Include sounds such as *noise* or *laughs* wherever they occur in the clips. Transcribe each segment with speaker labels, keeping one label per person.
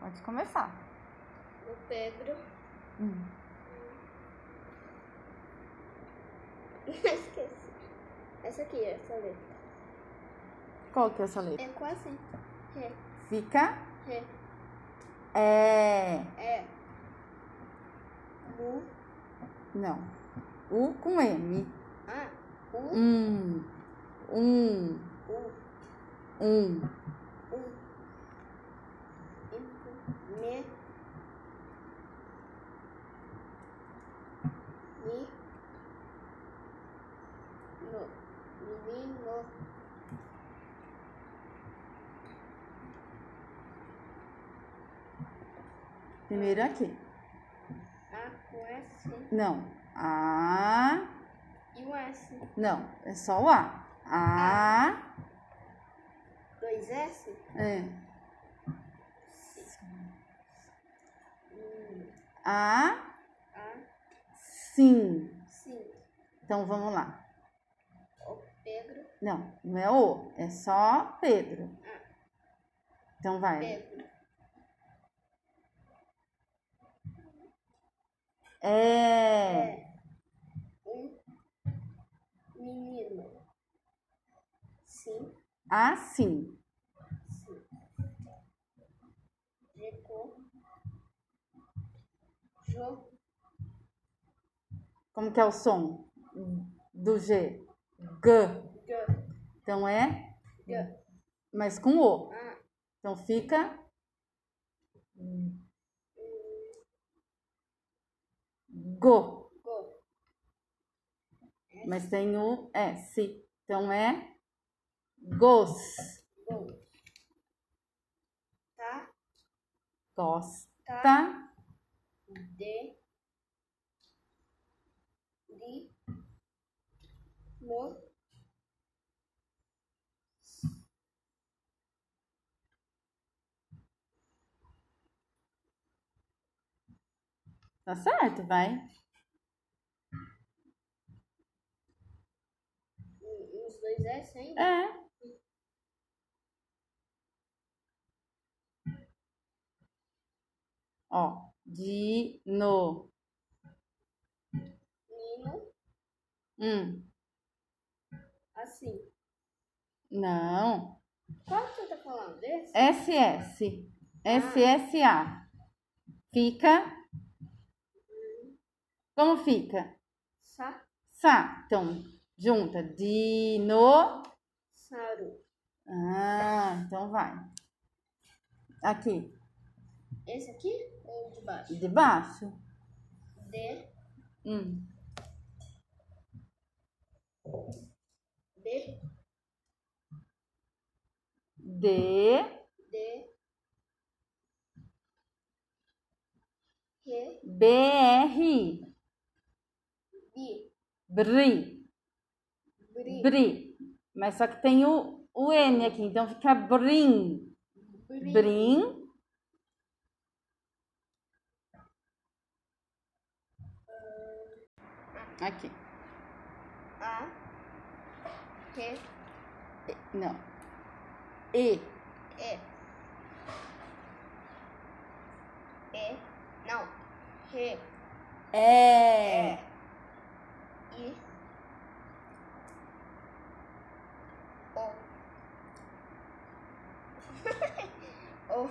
Speaker 1: Pode começar.
Speaker 2: O Pedro. *laughs*
Speaker 1: Hum.
Speaker 2: Esqueci. Essa aqui, essa letra.
Speaker 1: Qual que é essa letra?
Speaker 2: É quase. Ré,
Speaker 1: Fica.
Speaker 2: ré,
Speaker 1: É.
Speaker 2: é. Mu.
Speaker 1: Não. U com M.
Speaker 2: Ah, u,
Speaker 1: Um. Um.
Speaker 2: u,
Speaker 1: Um.
Speaker 2: u. Impu, me. Mi. No. Menino.
Speaker 1: Primeiro aqui.
Speaker 2: A com S.
Speaker 1: Não. A.
Speaker 2: E o S.
Speaker 1: Não. É só o A. A.
Speaker 2: Dois S?
Speaker 1: É. A.
Speaker 2: Hum. A,
Speaker 1: Sim.
Speaker 2: sim.
Speaker 1: Então vamos lá.
Speaker 2: O Pedro.
Speaker 1: Não, não é o. É só Pedro. Então vai.
Speaker 2: Pedro.
Speaker 1: É.
Speaker 2: um menino. Sim,
Speaker 1: Assim.
Speaker 2: sim. Jecô. Jo.
Speaker 1: Como que é o som do G? G.
Speaker 2: Gã.
Speaker 1: Então é,
Speaker 2: Gã.
Speaker 1: mas com o.
Speaker 2: Ah,
Speaker 1: Então fica. Go.
Speaker 2: go.
Speaker 1: Mas tem o S. Então é gos.
Speaker 2: Go. Tá. Tá.
Speaker 1: Gosta.
Speaker 2: De. Li. No.
Speaker 1: Tá certo, vai.
Speaker 2: Os dois S ainda.
Speaker 1: É. Ó, dino.
Speaker 2: Nino.
Speaker 1: Hum,
Speaker 2: Assim.
Speaker 1: não.
Speaker 2: Qual que você tá falando? Desse?
Speaker 1: SS. SSA. Fica. Como fica?
Speaker 2: Sa.
Speaker 1: Sa. Então, junta. Dino.
Speaker 2: Saru.
Speaker 1: Ah, então vai. Aqui,
Speaker 2: Esse aqui ou o de baixo?
Speaker 1: de baixo.
Speaker 2: D,
Speaker 1: Hum,
Speaker 2: B,
Speaker 1: D.
Speaker 2: D, Q,
Speaker 1: BRI.
Speaker 2: B,
Speaker 1: Bri,
Speaker 2: Bri,
Speaker 1: bri. Mas só que tem o, o N aqui, então fica brim.
Speaker 2: Bri,
Speaker 1: Brim, aqui.
Speaker 2: A, Q,
Speaker 1: Não. E,
Speaker 2: E, E, não, Re,
Speaker 1: é.
Speaker 2: É. I, O, *laughs* O,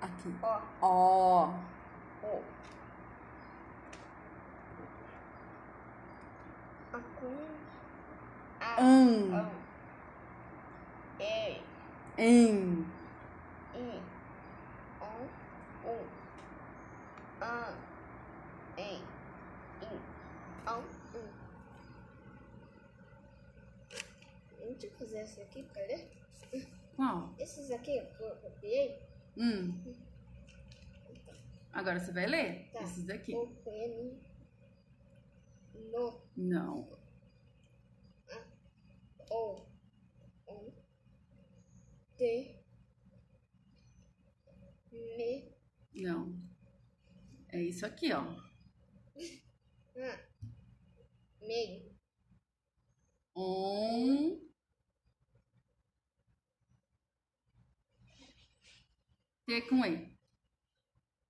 Speaker 1: Aqui.
Speaker 2: O.
Speaker 1: Ó.
Speaker 2: O. A com a
Speaker 1: An,
Speaker 2: ão. E
Speaker 1: em,
Speaker 2: i on um an em in on um. Deixa eu fazer essa aqui, cadê?
Speaker 1: Qual?
Speaker 2: Esses aqui que eu copiei.
Speaker 1: Hum. Agora você vai ler
Speaker 2: Tá.
Speaker 1: esses daqui.
Speaker 2: O N no
Speaker 1: Não.
Speaker 2: O O T Me
Speaker 1: Não. É isso aqui, ó.
Speaker 2: ah, Me
Speaker 1: Um. T com E.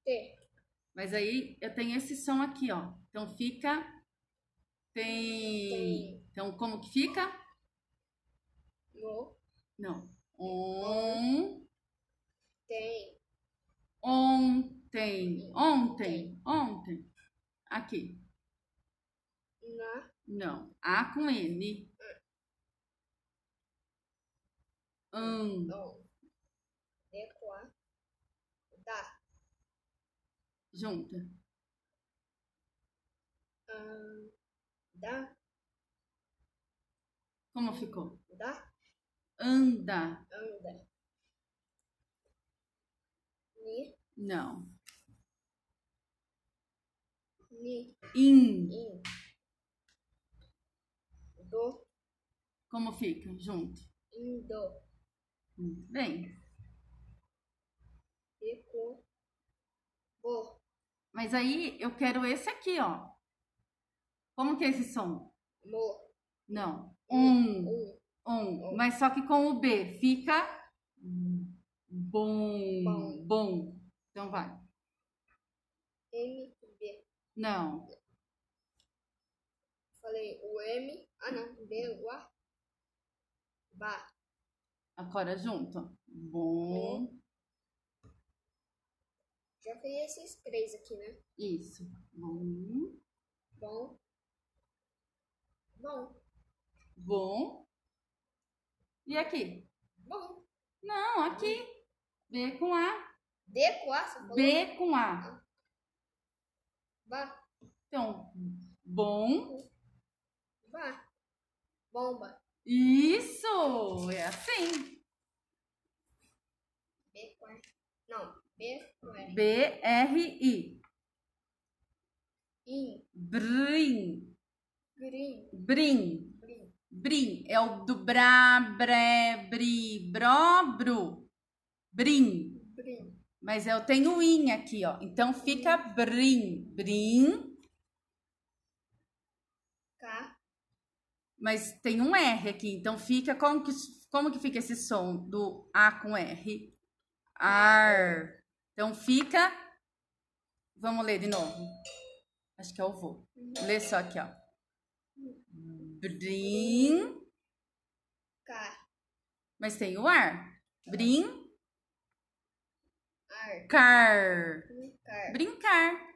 Speaker 2: T.
Speaker 1: Mas aí eu tenho esse som aqui, ó. Então fica. Tem.
Speaker 2: Tem.
Speaker 1: Então como que fica?
Speaker 2: No.
Speaker 1: Não. On.
Speaker 2: Tem.
Speaker 1: Ontem. Ontem. Ontem. Aqui.
Speaker 2: Na.
Speaker 1: Não. A com N. An.
Speaker 2: On. De qua. Da.
Speaker 1: Junta.
Speaker 2: Ahn. Da.
Speaker 1: Como ficou?
Speaker 2: Da.
Speaker 1: Anda.
Speaker 2: Anda. Ni.
Speaker 1: Não.
Speaker 2: Ni.
Speaker 1: In.
Speaker 2: In. Do.
Speaker 1: Como fica? Junto.
Speaker 2: Indo.
Speaker 1: Muito bem.
Speaker 2: De co. Bo.
Speaker 1: Mas aí eu quero esse aqui, ó. Como que é esse som?
Speaker 2: Mo.
Speaker 1: Não. Um,
Speaker 2: Um.
Speaker 1: um. Mas só que com o B fica bom,
Speaker 2: Bom.
Speaker 1: bom. Então vai.
Speaker 2: M. B.
Speaker 1: Não.
Speaker 2: Falei o M. Ah, não. B. Gua. Ba.
Speaker 1: Agora junto. Bom.
Speaker 2: Já fui esses três aqui, né?
Speaker 1: Isso. Bom.
Speaker 2: Bom. Bom.
Speaker 1: Bom. E aqui?
Speaker 2: Bom.
Speaker 1: Não, aqui. B com A.
Speaker 2: De qua. Você falou?
Speaker 1: B com A.
Speaker 2: Ba.
Speaker 1: Então, bom.
Speaker 2: Ba. Bomba.
Speaker 1: Isso! É assim.
Speaker 2: B. qua. Não. B. qua.
Speaker 1: B-R-I.
Speaker 2: In.
Speaker 1: Brim,
Speaker 2: Green.
Speaker 1: brim,
Speaker 2: Green.
Speaker 1: brim. É o do bra, bre, bri, bro, bru. Brim.
Speaker 2: Green.
Speaker 1: Mas eu tenho o in aqui, ó. Então fica brim, brim.
Speaker 2: K.
Speaker 1: Mas tem um R aqui. Então fica como que, como que fica esse som do A com R? Ar. Então fica. Vamos ler de novo. Acho que eu vou. Lê só aqui, ó. Brim.
Speaker 2: K.
Speaker 1: Mas tem o ar. Brincar.
Speaker 2: Ar. Brincar.
Speaker 1: Brincar.